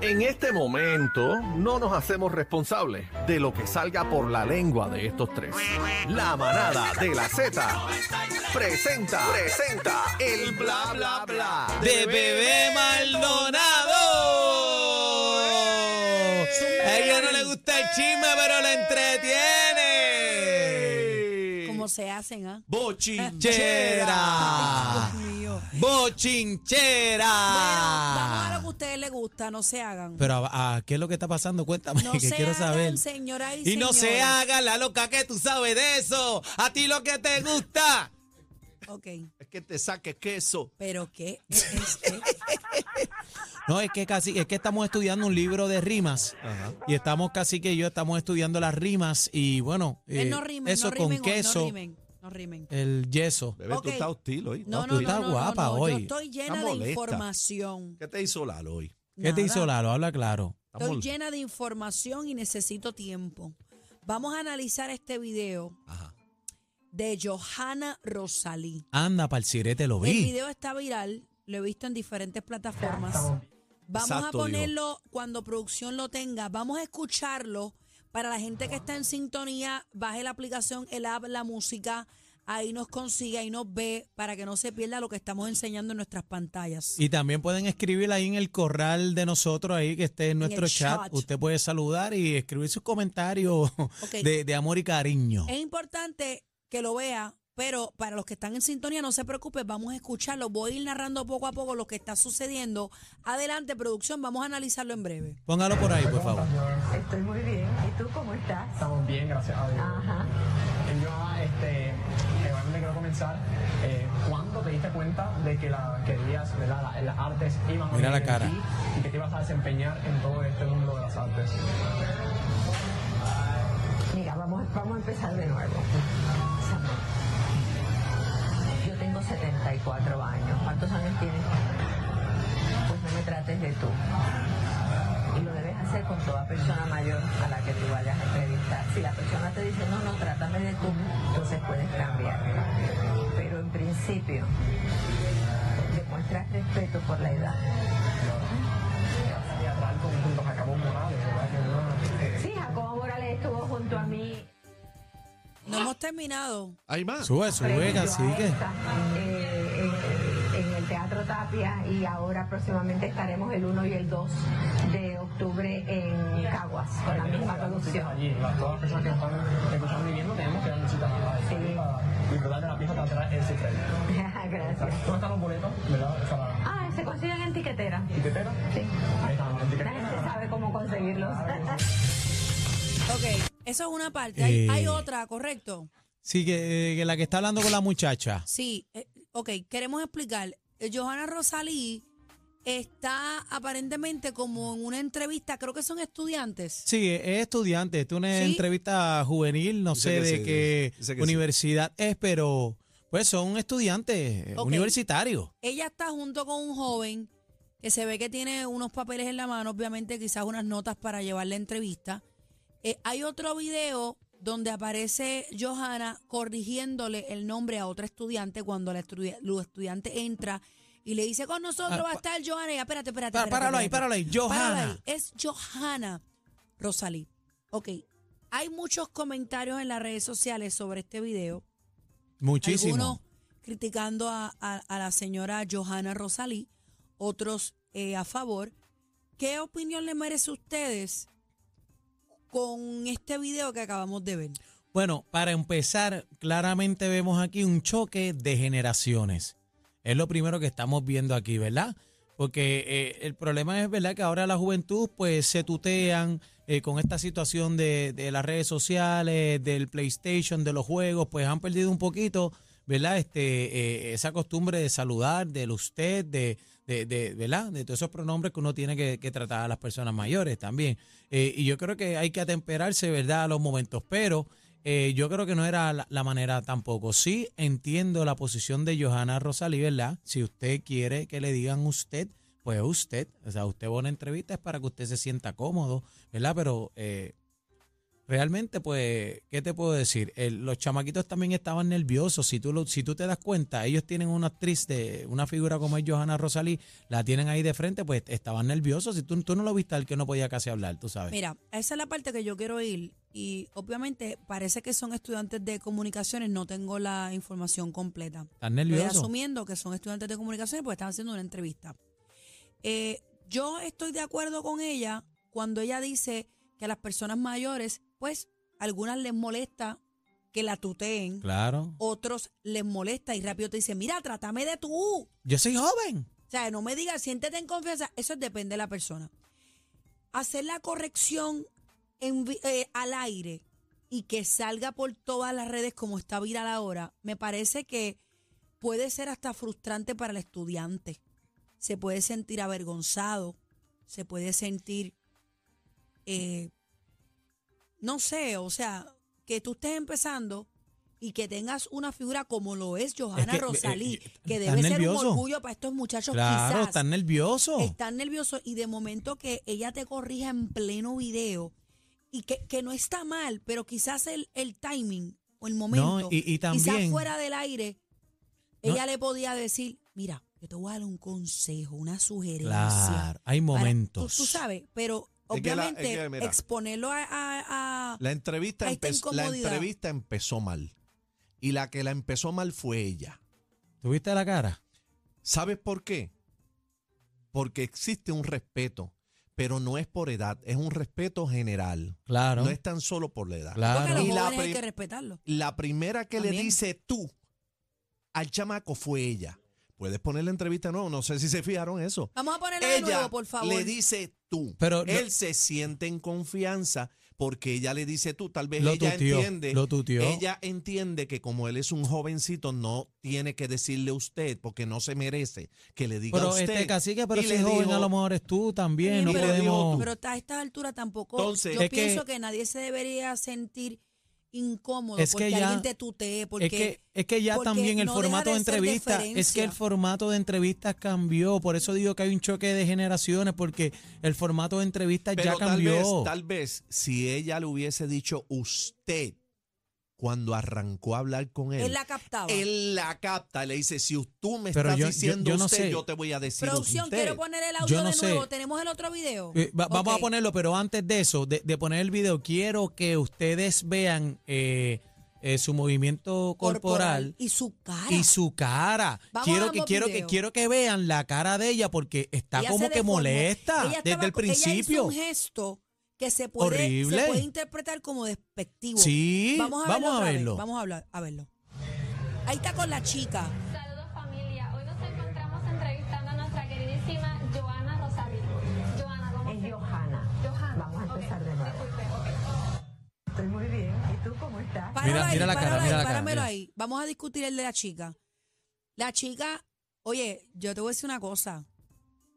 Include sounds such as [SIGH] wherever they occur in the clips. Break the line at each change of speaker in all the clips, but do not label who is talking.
En este momento no nos hacemos responsables de lo que salga por la lengua de estos tres. La manada de la Z presenta, presenta el bla bla bla
de Bebé
¡Eh!
Maldonado. A ella no le gusta el chisme, pero la
¡Eh!
entretiene.
Como se hacen, ¿ah?
Bochinchera.
[LAUGHS]
Dios mío. Bueno, vamos a lo
Bochinchera.
que a ustedes les gusta, no se hagan.
Pero, ah, ¿qué es lo que está pasando? Cuéntame,
No
[LAUGHS] que
se
quiero
hagan,
saber.
señora y,
Y no se
señores.
haga la loca que tú sabes de eso. A ti lo que te gusta
Ok,
es que te saques queso.
pero eh, ¿qué? es esto?
No, es que casi, es que estamos estudiando un libro de rimas. Y estamos casi que yo estamos estudiando las rimas. Y bueno,
Ven,
eh,
no rimen,
eso
no
con
rimen hoy,
queso,
no rimen, no rimen.
el yeso.
Bebé,
Ok.
tú estás hostil hoy.
No,
estás
no,
hostil.
no,
tú estás
no, no,
guapa
no,
hoy.
Yo estoy llena
Estás
de
molesta.
información.
¿Qué te hizo Lalo hoy?
¿Qué te hizo
Oh, Nada.
Lalo? Habla claro.
Estás
Estoy
mol-
llena de información y necesito tiempo. Vamos a analizar este video
Ajá.
de Johanna Rosalí.
Anda, pal sirete, lo
El
vi.
video está viral, lo he visto en diferentes plataformas. Vamos a
Exacto, dijo.
ponerlo cuando producción lo tenga. Vamos a escucharlo para la gente que está en sintonía. Baje la aplicación, el app, la música. Ahí nos consigue, ahí nos ve, para que no se pierda lo que estamos enseñando en nuestras pantallas.
Y también pueden escribir ahí en el corral de nosotros, ahí que esté en nuestro
el
chat.
chat.
Usted puede saludar y escribir sus comentarios [LAUGHS] de, de amor y cariño.
Es importante que lo vea, pero para los que están en sintonía, no se preocupen, vamos a escucharlo. Voy a ir narrando poco a poco lo que está sucediendo. Adelante, producción, vamos a analizarlo en breve.
Póngalo por ahí, por favor.
Estoy muy bien. ¿Y tú cómo estás?
Estamos bien, gracias a Dios.
Ajá.
Y yo, ah, este, eh, bueno, le quiero comenzar. eh, ¿Cuándo te diste cuenta de que la querías, ¿verdad? La- las artes iban a
Mira la
venir en
cara.
ti y que te ibas a desempeñar en todo este mundo de las artes?
Mira, vamos, vamos a empezar de nuevo. Samuel, Yo tengo 74 años. ¿Cuántos años tienes? Pues no me trates de tú. Y lo debes hacer con toda persona mayor a la que tú vayas a entrevistar. Si la persona te dice, no, no, trátame de tú, entonces puedes cambiar. Pero en principio, demuestras respeto por la edad.
Y atrás con, junto a Jacobo Morales, ¿verdad? Que era, eh,
Sí, Jacobo Morales estuvo junto a mí.
No hemos terminado.
¿Hay más?
Sube, sube,
Previo a
cacique.
esta, eh, en- en el Teatro Tapia y ahora próximamente estaremos el 1 y el 2 de octubre en Caguas con la misma producción. [LAUGHS]
allí, ¿verdad? todas las personas que están escuchando y viendo tenemos que dar una cita a la
Sí.
para disfrutar de la pieza teatral en Cifredi.
Gracias.
¿Dónde están los boletos, verdad? Para
Ah, se consiguen en tiquetera.
etiquetera.
Sí.
Ahí están,
La
etiquetera.
gente sabe cómo conseguirlos. [LAUGHS]
Ok, eso es una parte. Hay,
Eh.
hay otra, ¿correcto?
Sí, que, que la que está hablando con la muchacha.
Sí. eh, ok, queremos explicar. Eh, Johanna Rosalí está aparentemente como en una entrevista, creo que son estudiantes.
Sí, es estudiante. Esto es una
Sí.
entrevista juvenil, no
Dice
sé
que
de
sí,
qué
dice que sí.
universidad es, pero pues son estudiantes eh,
Ok.
universitarios.
Ella está junto con un joven que se ve que tiene unos papeles en la mano, obviamente quizás unas notas para llevar la entrevista. Eh, hay otro video donde aparece Johanna corrigiéndole el nombre a otra estudiante cuando la, estudi- la estudiante entra y le dice, con nosotros
Ah,
va a
pa-
estar Johanna. Y ella, espérate, espérate.
Pa-
espérate,
páralo ahí,
espérate".
páralo ahí.
Párala
Johanna.
ahí. Es Johanna Rosalí. Ok. Hay muchos comentarios en las redes sociales sobre este video.
Muchísimo.
Algunos criticando a, a- a la señora Johanna Rosalí, otros eh, a favor. ¿Qué opinión le merece a ustedes con este video que acabamos de ver?
Bueno, para empezar, claramente vemos aquí un choque de generaciones. Es lo primero que estamos viendo aquí, ¿verdad? Porque eh, el problema es, ¿verdad?, que ahora la juventud pues se tutean eh, con esta situación de, de las redes sociales, del PlayStation, de los juegos, pues han perdido un poquito, ¿verdad?, este, eh, esa costumbre de saludar, del usted, de, de, de- ¿verdad?, de todos esos pronombres que uno tiene que, que tratar a las personas mayores también. Eh, y yo creo que hay que atemperarse, ¿verdad?, a los momentos, pero... Eh, yo creo que no era la, la manera tampoco. Sí entiendo la posición de Johanna Rosalí, ¿verdad? Si usted quiere que le digan usted, pues usted. O sea, usted va a una entrevista es para que usted se sienta cómodo, ¿verdad? Pero eh, realmente, pues, ¿qué te puedo decir? El- los chamaquitos también estaban nerviosos. Si tú, lo- si tú te das cuenta, ellos tienen una actriz de una figura como es Johanna Rosalí, la tienen ahí de frente, pues estaban nerviosos. Si tú, tú no lo viste, al que no podía casi hablar, tú sabes.
Mira, esa es la parte que yo quiero ir y obviamente parece que son estudiantes de comunicaciones, no tengo la información completa.
Están
Estoy
nerviosos.
asumiendo que son estudiantes de comunicaciones porque están haciendo una entrevista. Eh, yo estoy de acuerdo con ella cuando ella dice que a las personas mayores, pues, algunas les molesta que la tuteen,
Claro.
otros les molesta y rápido te dicen, mira, trátame de tú.
Yo soy joven.
O sea, no me digas, siéntete en confianza. Eso depende de la persona. Hacer la corrección en vi- eh, al aire y que salga por todas las redes como está viral ahora, me parece que puede ser hasta frustrante para el estudiante. Se puede sentir avergonzado, se puede sentir, eh, no sé, o sea, que tú estés empezando y que tengas una figura como lo es Johanna
que, eh,
Rosalí,
eh,
que
están
debe ser
nerviosos.
un orgullo para pues, estos muchachos
Claro,
quizás
están nerviosos.
están nerviosos y de momento que ella te corrija en pleno video y que, que no está mal, pero quizás el, el timing o el momento,
y- y
quizás
también-
fuera del aire,
No.
ella le podía decir, mira, yo te voy a dar un consejo, una sugerencia.
Claro, hay
para-". Tú-
momentos.
Tú, sabes, pero
Es que la- es
obviamente
que mira.
exponerlo a... a- a-
La entrevista,
Ahí está
empezó, la
incomodidad.
entrevista empezó mal. Y la que la empezó mal fue ella.
¿Tuviste la cara?
¿Sabes por qué? Porque existe un respeto, pero no es por edad, es un respeto general.
Claro.
No es tan solo por la edad.
Claro.
porque a los
Y la
jóvenes hay
prim-
que respetarlo.
La primera que le
También.
dice tú al chamaco fue ella. Puedes poner la entrevista, no, no sé si se fijaron eso.
Vamos a ponerlo de
Ella
nuevo, por favor.
le dice tú.
Pero
él
lo-
se siente en confianza porque ella le dice tú. Tal vez
Lo
ella
tuteó,
entiende.
lo tuteó.
Ella entiende que como él es un jovencito, no tiene que decirle usted porque no se merece que le diga
Pero
usted.
este cacique, pero
Y
si
le
es joven,
dijo,
a lo mejor es tú también.
Bien,
no
pero,
podemos.
pero a esta altura tampoco.
Entonces-
yo
Es que-
pienso que, nadie se debería sentir incómodo
Es que
porque
ya-
alguien te tutee, porque
es, que, es que ya
porque
también el
no deja
formato de,
de ser
entrevista, es que
deferencia.
el formato de entrevistas cambió, por eso digo que hay un choque de generaciones, porque el formato de entrevistas
Pero
ya cambió.
Tal vez, tal vez si ella le hubiese dicho usted cuando arrancó a hablar con él.
él la captaba.
él la capta, le dice, si tú me
Pero
estás
yo- yo-
diciendo
yo no
usted,
sé.
yo te voy a decir
Producción,
usted.
quiero poner el audio
Yo no
de nuevo.
sé.
Tenemos el otro video.
Eh, va- Vamos
Ok.
a ponerlo, pero antes de eso, de, de poner el video, quiero que ustedes vean eh, eh, su movimiento corporal,
y su cara.
y su cara.
Vamos a
quiero que
ambos
quiero que
videos.
quiero que vean la cara de ella porque eh, está
Ella
como
se
que
deformó.
molesta
Ella
desde
estaba-
el
Ella hizo
principio.
un gesto que se puede,
Horrible.
se puede interpretar como despectivo.
Sí,
vamos a verlo.
vamos a
otra vez.
verlo.
Vamos a, hablar, a verlo. Ahí está con la chica.
Saludos familia, hoy nos encontramos entrevistando a nuestra queridísima Joana Rosalí. Joana, ¿cómo
Es
te-
Johanna.
Johanna.
Vamos a
Ok,
empezar de nuevo.
disculpe, ok.
Estoy muy bien. ¿Y tú cómo estás?
Páralo
Mira-
ahí,
mira la cara,
páralo ahí,
mira la cara,
páramelo
mira.
ahí. Vamos a discutir el de la chica. La chica, oye, yo te voy a decir una cosa.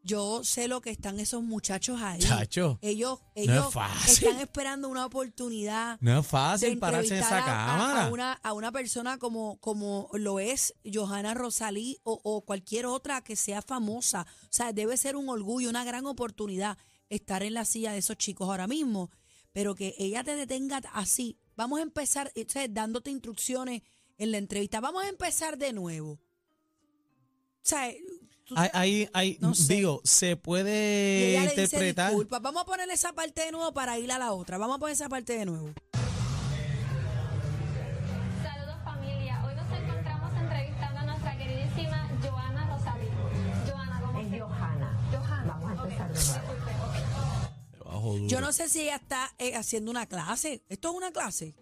Yo sé lo que están esos muchachos ahí.
Chacho,
Ellos, ellos
fácil.
están esperando una oportunidad
no es
de
fácil pararse en
entrevistar
esa
a, a- a
cámara.
una, a una persona como, como lo es Johanna Rosalí o, o cualquier otra que sea famosa. O sea, debe ser un orgullo, una gran oportunidad estar en la silla de esos chicos ahora mismo. Pero que ella te detenga así. Vamos a empezar eh, o sea, dándote instrucciones en la entrevista. Vamos a empezar de nuevo. O sea, eh, tú-
Ahí, ahí, ahí,
No sé.
digo, se
y
puede
ella le dice
interpretar.
disculpas. Vamos a poner esa parte de nuevo para ir a la otra. Vamos a poner esa parte de nuevo.
Saludos familia, hoy nos encontramos entrevistando a nuestra queridísima Joana Rosalí. Joana, ¿cómo
Es
te-
Johanna.
Johanna.
Vamos a
ok,
empezar de nuevo.
disculpe, ok.
Yo no sé si ella está eh, haciendo una clase. ¿Esto es una clase?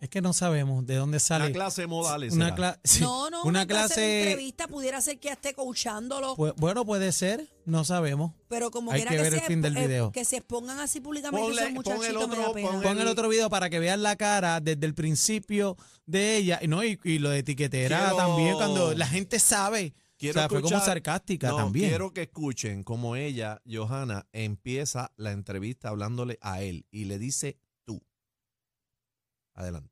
es que no sabemos de dónde sale.
Una clase de modales.
Una
será.
cla- [LAUGHS] sí,
No, no,
una
de
clase.
entrevista pudiera ser que ella esté coachándolo,
pu- bueno, puede ser, no sabemos.
pero como
hay
quiera
que ver el
se,
fin del
eh,
video.
que se expongan así públicamente
Ponle-
esos
pon el
muchachitos me da
otro,
pena.
pon
Pon el
El-
otro video para que vean la cara desde el principio de ella. Y, no, y, y lo de etiquetera
Quiero-
también, cuando la gente sabe. o sea, fue como
escuchar-
sarcástica
No,
también.
Quiero que escuchen como ella, Johanna, empieza la entrevista hablándole a él y le dice tú. Adelante.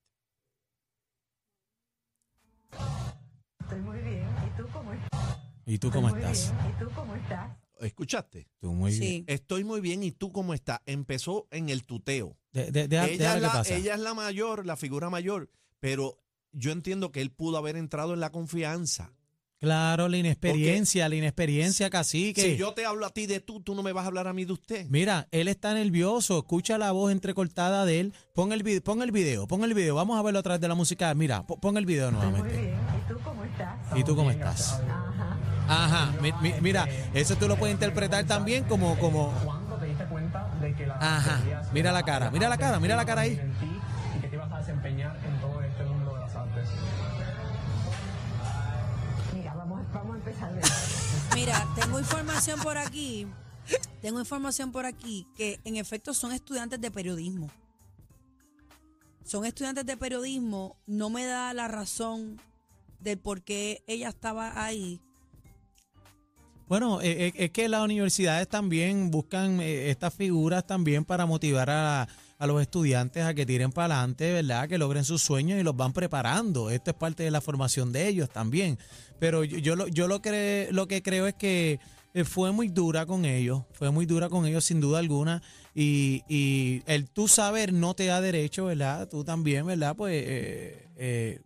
Estoy muy bien. ¿Y tú cómo estás?
¿Y tú cómo
Estoy muy
estás?
bien. ¿Y tú cómo estás?
¿Escuchaste?
Tú muy bien.
Sí.
Estoy muy bien y tú cómo estás. Empezó en el tuteo.
De- de- deja-
ella,
déjala
es
que
la,
pasa.
ella es la mayor, la figura mayor, pero yo entiendo que él pudo haber entrado en la confianza.
Claro, la inexperiencia, la inexperiencia, cacique.
Si yo te hablo a ti de tú, tú no me vas a hablar a mí de usted.
Mira, él está nervioso, escucha la voz entrecortada de él. Pon el, vi- pon el video, pon el video. Vamos a verlo atrás de la música. Mira, po- pon el video
Muy
nuevamente.
bien. ¿Y tú cómo estás?
¿Y tú cómo
Bien, gracias a
estás?
Dios.
Ajá.
Ajá, mi- mi- mira, eso tú lo puedes interpretar también como, como,
¿Cuándo te diste cuenta de que la
Ajá,
querías-
mira la cara, mira la cara, mira la cara ahí.
en ti y que te ibas a desempeñar en todo este mundo de las artes?
Mira, vamos, vamos a empezar de
Mira, tengo información por aquí. Tengo información por aquí que en efecto son estudiantes de periodismo. Son estudiantes de periodismo. No me da la razón del por qué ella estaba ahí.
Bueno, eh, eh, es que las universidades también buscan eh, estas figuras también para motivar a, a los estudiantes a que tiren para adelante, ¿verdad? Que logren sus sueños y los van preparando. Esto es parte de la formación de ellos también. Pero yo, yo lo, yo lo, cre- lo que creo es que eh, fue muy dura con ellos, fue muy dura con ellos sin duda alguna. Y, y el tú saber no te da derecho, ¿verdad? Tú también, ¿verdad? Pues... eh, eh,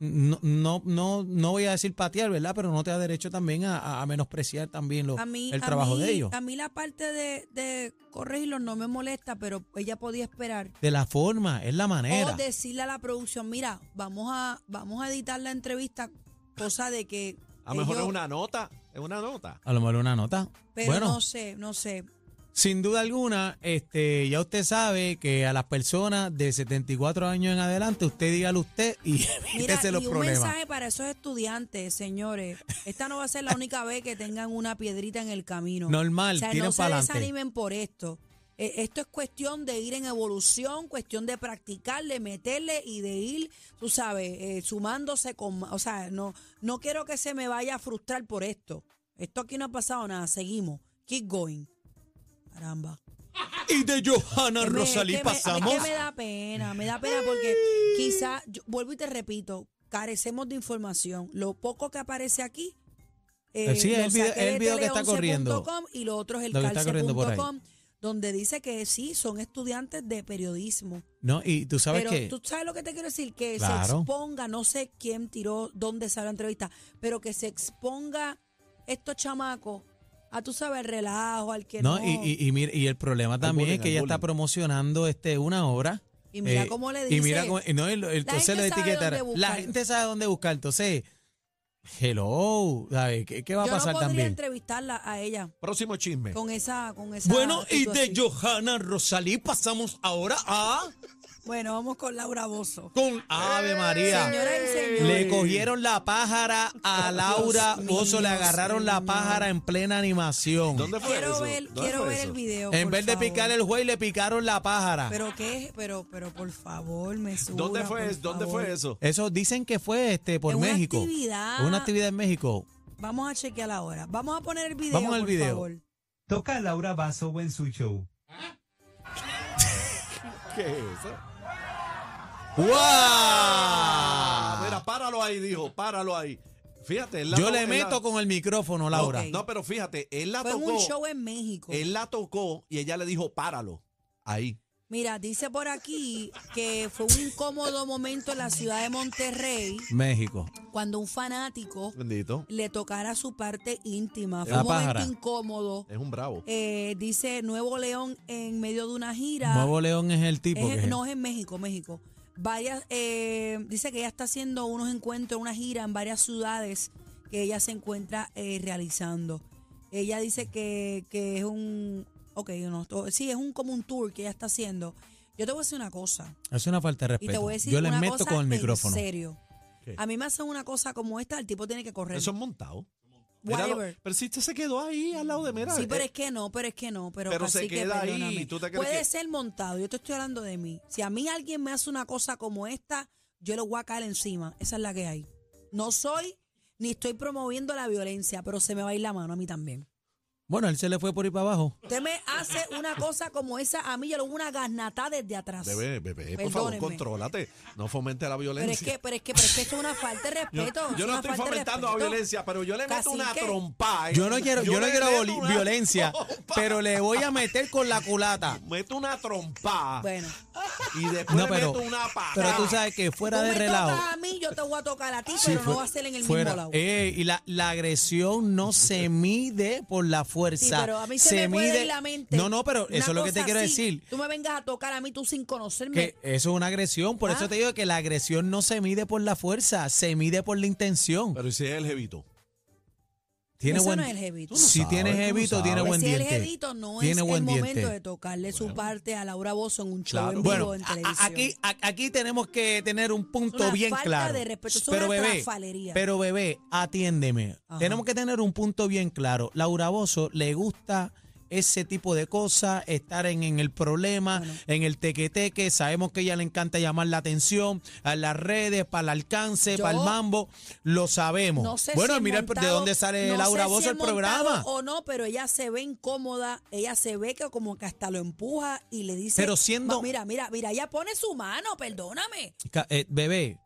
no, no, no, no voy a decir patear, ¿verdad? Pero no te da derecho también a- a, a menospreciar también lo-
A mí,
el
a
trabajo
mí-
de ellos.
A mí la parte de, de corregirlo no me molesta, pero ella podía esperar.
De la forma, es la manera.
O decirle a la producción, mira, vamos a, vamos a editar la entrevista, cosa de que...
A lo mejor
ellos-
es una nota, es una nota.
A lo mejor una nota.
Pero
bueno,
no sé, no sé.
sin duda alguna, este, ya usted sabe que a las personas de 74 años en adelante, usted dígale usted y [LAUGHS]
Mira,
evítese Este los
y un
problemas.
mensaje para esos estudiantes, señores. Esta no va a ser la única vez que tengan una piedrita en el camino.
Normal,
o sea,
tiren
no se
pa'lante.
desanimen por esto. Eh, Esto es cuestión de ir en evolución, cuestión de practicar, de meterle y de ir, tú sabes, eh, sumándose con... ma- O sea, no, no quiero que se me vaya a frustrar por esto. Esto aquí no ha pasado nada, seguimos. Keep going. Caramba.
Y de Johanna
Es me- es
Rosalí
que me-
pasamos.
Es que me da pena, me da pena porque quizá, yo- vuelvo y te repito, carecemos de información. Lo poco que aparece aquí. eh,
Sí, es
lo
el video-
saqué de
el video que está
tele11.com
corriendo.
Y lo otro es el
Lo que está corriendo por ahí.
calce.com, donde dice que sí, son estudiantes de periodismo.
No, y tú sabes
Pero
que
tú sabes lo que te quiero decir, que se
Claro.
exponga, no sé quién tiró, dónde salió la entrevista, pero que se exponga estos chamacos a tú sabes, el relajo, al que no.
no, y, y, y mira, y el problema también
bullying,
es que
al
ella está
bullying.
promocionando este una obra.
Y mira
eh,
cómo le dice.
Y mira cómo- y no, y lo- entonces
gente
lo
sabe
etiquetar.
dónde
La
buscar.
gente sabe dónde buscar. Entonces, hello, ¿sabes? ¿Qué, qué va a
Yo
pasar
no podría
también?
entrevistarla a ella
Próximo chisme.
con esa con esa
Bueno, y
actitud
de
así.
Johanna Rosalí pasamos ahora a
Bueno, vamos con Laura Bozo.
con Ave María.
Señoras y señores.
Le cogieron la pájara a Laura
Dios
Bozo, le
mío,
agarraron la
señor.
pájara en plena animación.
¿Dónde fue
Quiero
eso?
ver,
¿Dónde
quiero
fue
ver el
eso?
video.
En
por
vez de
favor.
picar el juez, le picaron la pájara.
Pero qué es, pero, pero por favor, me subo.
¿Dónde fue, eso? ¿Dónde fue eso?
Eso dicen que fue este por
Es una
México.
actividad.
Una actividad en México.
Vamos a chequear ahora. Vamos a poner el video.
Vamos al
por
video.
favor.
Toca a Laura Basso en su show.
¿Qué es eso?
¡Wow!
Ah, mira, páralo ahí, dijo, páralo ahí. Fíjate, él la
Yo
to-
le
él
meto
la-
con el micrófono, Laura.
Ok.
No, pero fíjate, él la
Fue en
tocó.
un show en México.
Él la tocó y ella le dijo, páralo. Ahí.
Mira, dice por aquí que fue un incómodo momento en la ciudad de Monterrey
México.
cuando un fanático
Bendito.
le tocara su parte íntima. Fue
La
un
pájara.
momento incómodo.
Es un bravo.
Eh, dice Nuevo León en medio de una gira.
Nuevo León es el tipo
Es-
que
no es en México, México. Varias, eh, dice que ella está haciendo unos encuentros, una gira en varias ciudades que ella se encuentra eh, realizando. Ella dice que, que es un, ok, no, to- sí, es un como un tour que ella está haciendo. Yo te voy a decir una cosa
es una falta de
y
respeto.
te voy a decir
Yo le
una
meto
cosa
con el
en
micrófono.
serio.
¿Qué?
A mí me hacen una cosa como esta, el tipo tiene que correr.
Eso es montado. Mira lo-
Whatever.
pero si este se quedó ahí al lado de Mera.
Sí, pero
eh,
es que no, pero es que no. Pero,
Pero se
así que
queda ahí,
perdóname.
¿tú te crees
Puede
que-
ser montado, yo te estoy hablando de mí. Si a mí alguien me hace una cosa como esta, yo lo voy a caer encima. Esa es la que hay. No soy ni estoy promoviendo la violencia, pero se me va a ir la mano a mí también.
Bueno, él se le fue por ir para abajo.
Usted me hace una cosa como esa, a mí yo le hago una gasnata desde atrás.
Bebé, bebé, por favor,
Perdónenme.
contrólate. No fomente la
Pero
violencia.
es que, pero es que, pero es que esto es una falta de
Yo,
respeto.
yo
es
no
una
estoy
falta de
fomentando la
respeto.
violencia, pero yo le meto una
Cacique.
trompa. ¿eh?
Yo no quiero, yo, no
le
quiero
meto
aboli-
una [LAUGHS]
violencia,
trompa.
pero le voy a meter con la culata.
Meto una trompa
Bueno,
y después
No,
le
pero,
meto una patada.
pero tú sabes que fuera
tú
de
me
relajo.
tocas a mí, yo te voy a tocar a ti,
Sí,
pero
fue-
no va a ser en el
fuera.
mismo lado.
Ey, y la, la agresión no se mide por la fuerza.
Sí, pero a mí se, me puede ir la mente.
No, no, pero
Una
eso es lo que te
cosa
quiero
así,
decir.
Tú me vengas a tocar a mí tú sin conocerme.
Que eso es una agresión. Por
Ah.
eso te digo que la agresión no se mide por la fuerza, se mide por la intención.
Pero ¿y si es el jevito.
tiene
Eso
buen,
no es el jevito.
Tú no
Si
sabes,
tienes
tú no
jevito, tiene
sabes.
buen
Ese
diente.
el jevito no
tiene
es
buen
el
diente.
momento de tocarle su parte a Laura Bozo en un show
Claro.
en vivo
Bueno,
en
a- a-
televisión.
aquí, a- aquí tenemos que tener un punto
una
bien
falta
claro.
de respeto, es
pero
una
bebé,
trafalería.
pero bebé, atiéndeme.
Ajá.
Tenemos que tener un punto bien claro. Laura Bozo le gusta ese tipo de cosas, estar en, en el problema,
Bueno.
en el tequeteque. Sabemos que a ella le encanta llamar la atención a las redes, para el alcance,
Yo-
para el mambo. Lo sabemos.
No sé
bueno,
si
mira el- de
montado-
dónde sale
no sé
Laura
si
Bozo
es
el
montado
programa.
O no, pero ella se ve incómoda, ella se ve que como que hasta lo empuja y le dice.
Pero
"Ma-
siendo-
Mira, mira, mira, ella pone su mano, perdóname.
Ca- eh, bebé,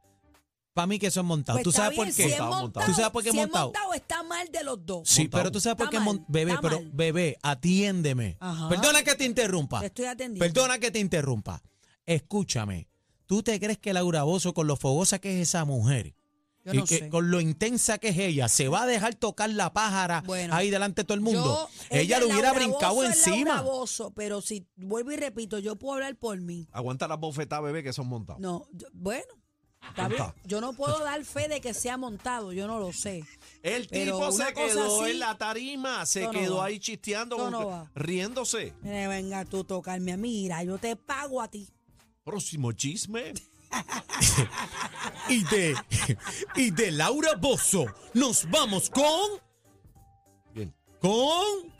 para mí que eso es montado.
Pues
¿Tú
está
sabes por
bien,
qué?
Si es
Montado,
montado,
montado.
¿Tú sabes por qué
si es
montado?
está mal de los dos.
Sí,
montado.
pero tú sabes por
Está
qué, mon-
mal,
bebé,
está
pero
mal.
bebé, atiéndeme.
Ajá.
Perdona que te interrumpa.
Te estoy atendiendo.
Perdona que te interrumpa. Escúchame. ¿Tú te crees que Laura Bozo, con lo fogosa que es esa mujer,
Yo
y
no
que
sé.
con lo intensa que es ella, se va a dejar tocar la pájara
Bueno,
ahí delante de todo el mundo?
Yo-
ella le
es
hubiera
Laura
brincado
Bozzo, es Laura
encima.
Bozzo, pero si vuelvo y repito, yo puedo hablar por mí.
Aguanta las bofetadas, bebé, que son montados.
No, yo- bueno, está bien.
Montado.
Yo no puedo dar fe de que sea montado, yo no lo sé.
El
Pero
tipo
una
se
cosa
quedó
así,
en la tarima, se
eso no
quedó
va.
ahí chisteando,
Eso no
con-
va.
riéndose.
Mira, venga tú tocarme a mí, mira, yo te pago a ti.
Próximo chisme.
Y de, [LAUGHS] y de Laura Bozo, nos vamos con.
Bien.
con.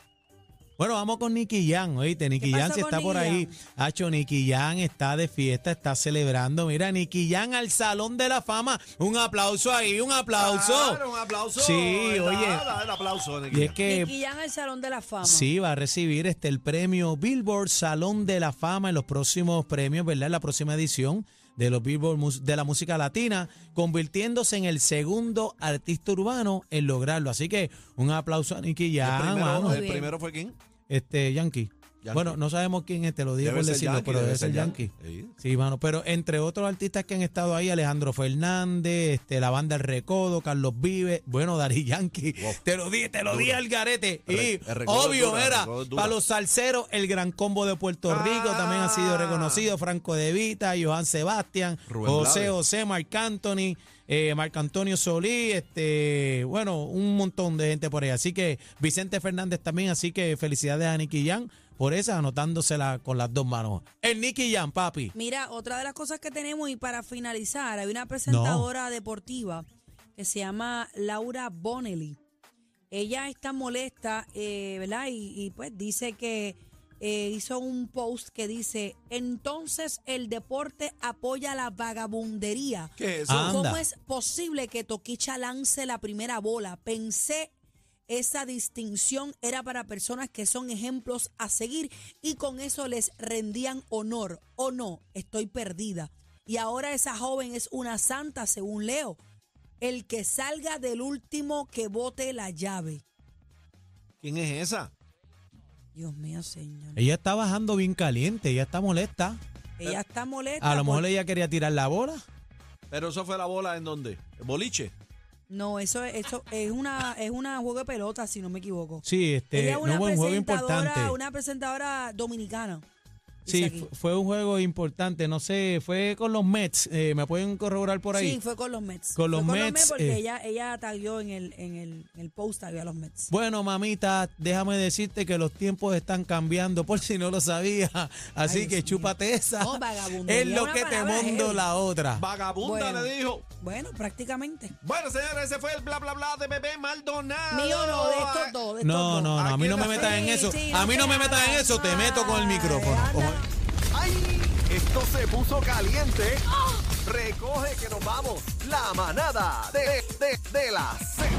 Bueno, vamos con Nicky Yan, oíste, Nicky
pasó
Yan si
con
está por
Nicky
ahí.
Jam?
Hacho, Nicky Yan está de fiesta, está celebrando. Mira, Nicky Yan al Salón de la Fama. Un aplauso ahí, un aplauso.
Claro, un aplauso.
Sí,
Da-
oye.
da el aplauso.
Y es
Neguilla.
que
Nicky Jam al Salón de la Fama.
Sí, va a recibir este el premio Billboard Salón de la Fama en los próximos premios, ¿verdad? En la próxima edición de los Billboard mus- de la música latina, convirtiéndose en el segundo artista urbano en lograrlo. Así que un aplauso a Nicky
el,
Jam,
primero,
ah, mano.
el
bien.
primero fue quién?
este Yankee.
Yankee.
Bueno, no sabemos quién es, te lo digo
Debe
por
ser
decirlo,
Yankee,
pero
debe
debe ser
ser
Yankee.
Yankee.
Sí, mano, pero entre otros artistas que han estado ahí, Alejandro Fernández, este, la banda El Recodo, Carlos Vives, bueno, Dari Yankee,
Wow.
te lo di, te lo di
Dura.
al garete.
El
Y
Re- El Recodo es
obvio
dura, El
era,
Recodo es dura.
para los salseros, el Gran Combo de Puerto Rico
Ah.
también ha sido reconocido, Franco De Vita, Johan Sebastián,
Rubén
José
Blades.
José, Marc Anthony, eh, Marc Antonio Solí, este, bueno, un montón de gente por ahí. Así que Vicente Fernández también, así que felicidades a Nicky Yan por esa, anotándosela con las dos manos. El Nicky Yan, papi.
Mira, otra de las cosas que tenemos y para finalizar, hay una presentadora deportiva que se llama Laura Bonelli. Ella está molesta, eh, ¿verdad? Y, y, pues dice que eh, hizo un post que dice, entonces el deporte apoya la vagabundería.
¿Qué es eso?
Ah. Anda.
¿Cómo es posible que Toquicha lance la primera bola? Pensé esa distinción era para personas que son ejemplos a seguir y con eso les rendían honor. O no, estoy perdida. Y ahora esa joven es una santa, según Leo. El que salga del último que bote la llave.
¿Quién es esa?
Dios mío, señor.
Ella está bajando bien caliente, ella está molesta.
Ella está molesta.
A lo mejor
porque-
ella quería tirar la bola.
Pero eso fue la bola en donde? Boliche.
No, eso, eso es una es una juego de pelota, si no me equivoco.
Sí, este,
Ella es
no
una
fue un juego
presentadora-
importante.
Una presentadora dominicana. Dice
Sí,
aquí.
fu- fue un juego importante, no sé, fue con los Mets, eh, me pueden corroborar por ahí.
Sí, fue con los Mets.
Con los
Fue
Mets,
porque
eh.
ella, ella tagueó en el, en el, en el post, tagueó a los Mets.
Bueno, mamita, déjame decirte que los tiempos están cambiando, por si no lo sabía.
Ay,
Así
Dios
que
mío.
chúpate esa.
No, vagabundería
es lo
es una
que te
palabra
mando
heavy.
la otra.
Vagabunda
Bueno.
le dijo.
Bueno, prácticamente.
Bueno, señores, ese fue el bla bla bla de bebé Maldonado.
Mío no, de estos dos. de estos
No,
dos.
no, no, a mí
Aquí
no me
la-
metas en
Sí,
eso.
sí,
A mí no me
claro.
metas en eso, te meto con el micrófono.
Ay,
Ojo.
anda.
¡Ay! Esto se puso caliente.
Ah.
Recoge que nos vamos. La manada de, de, de la Z.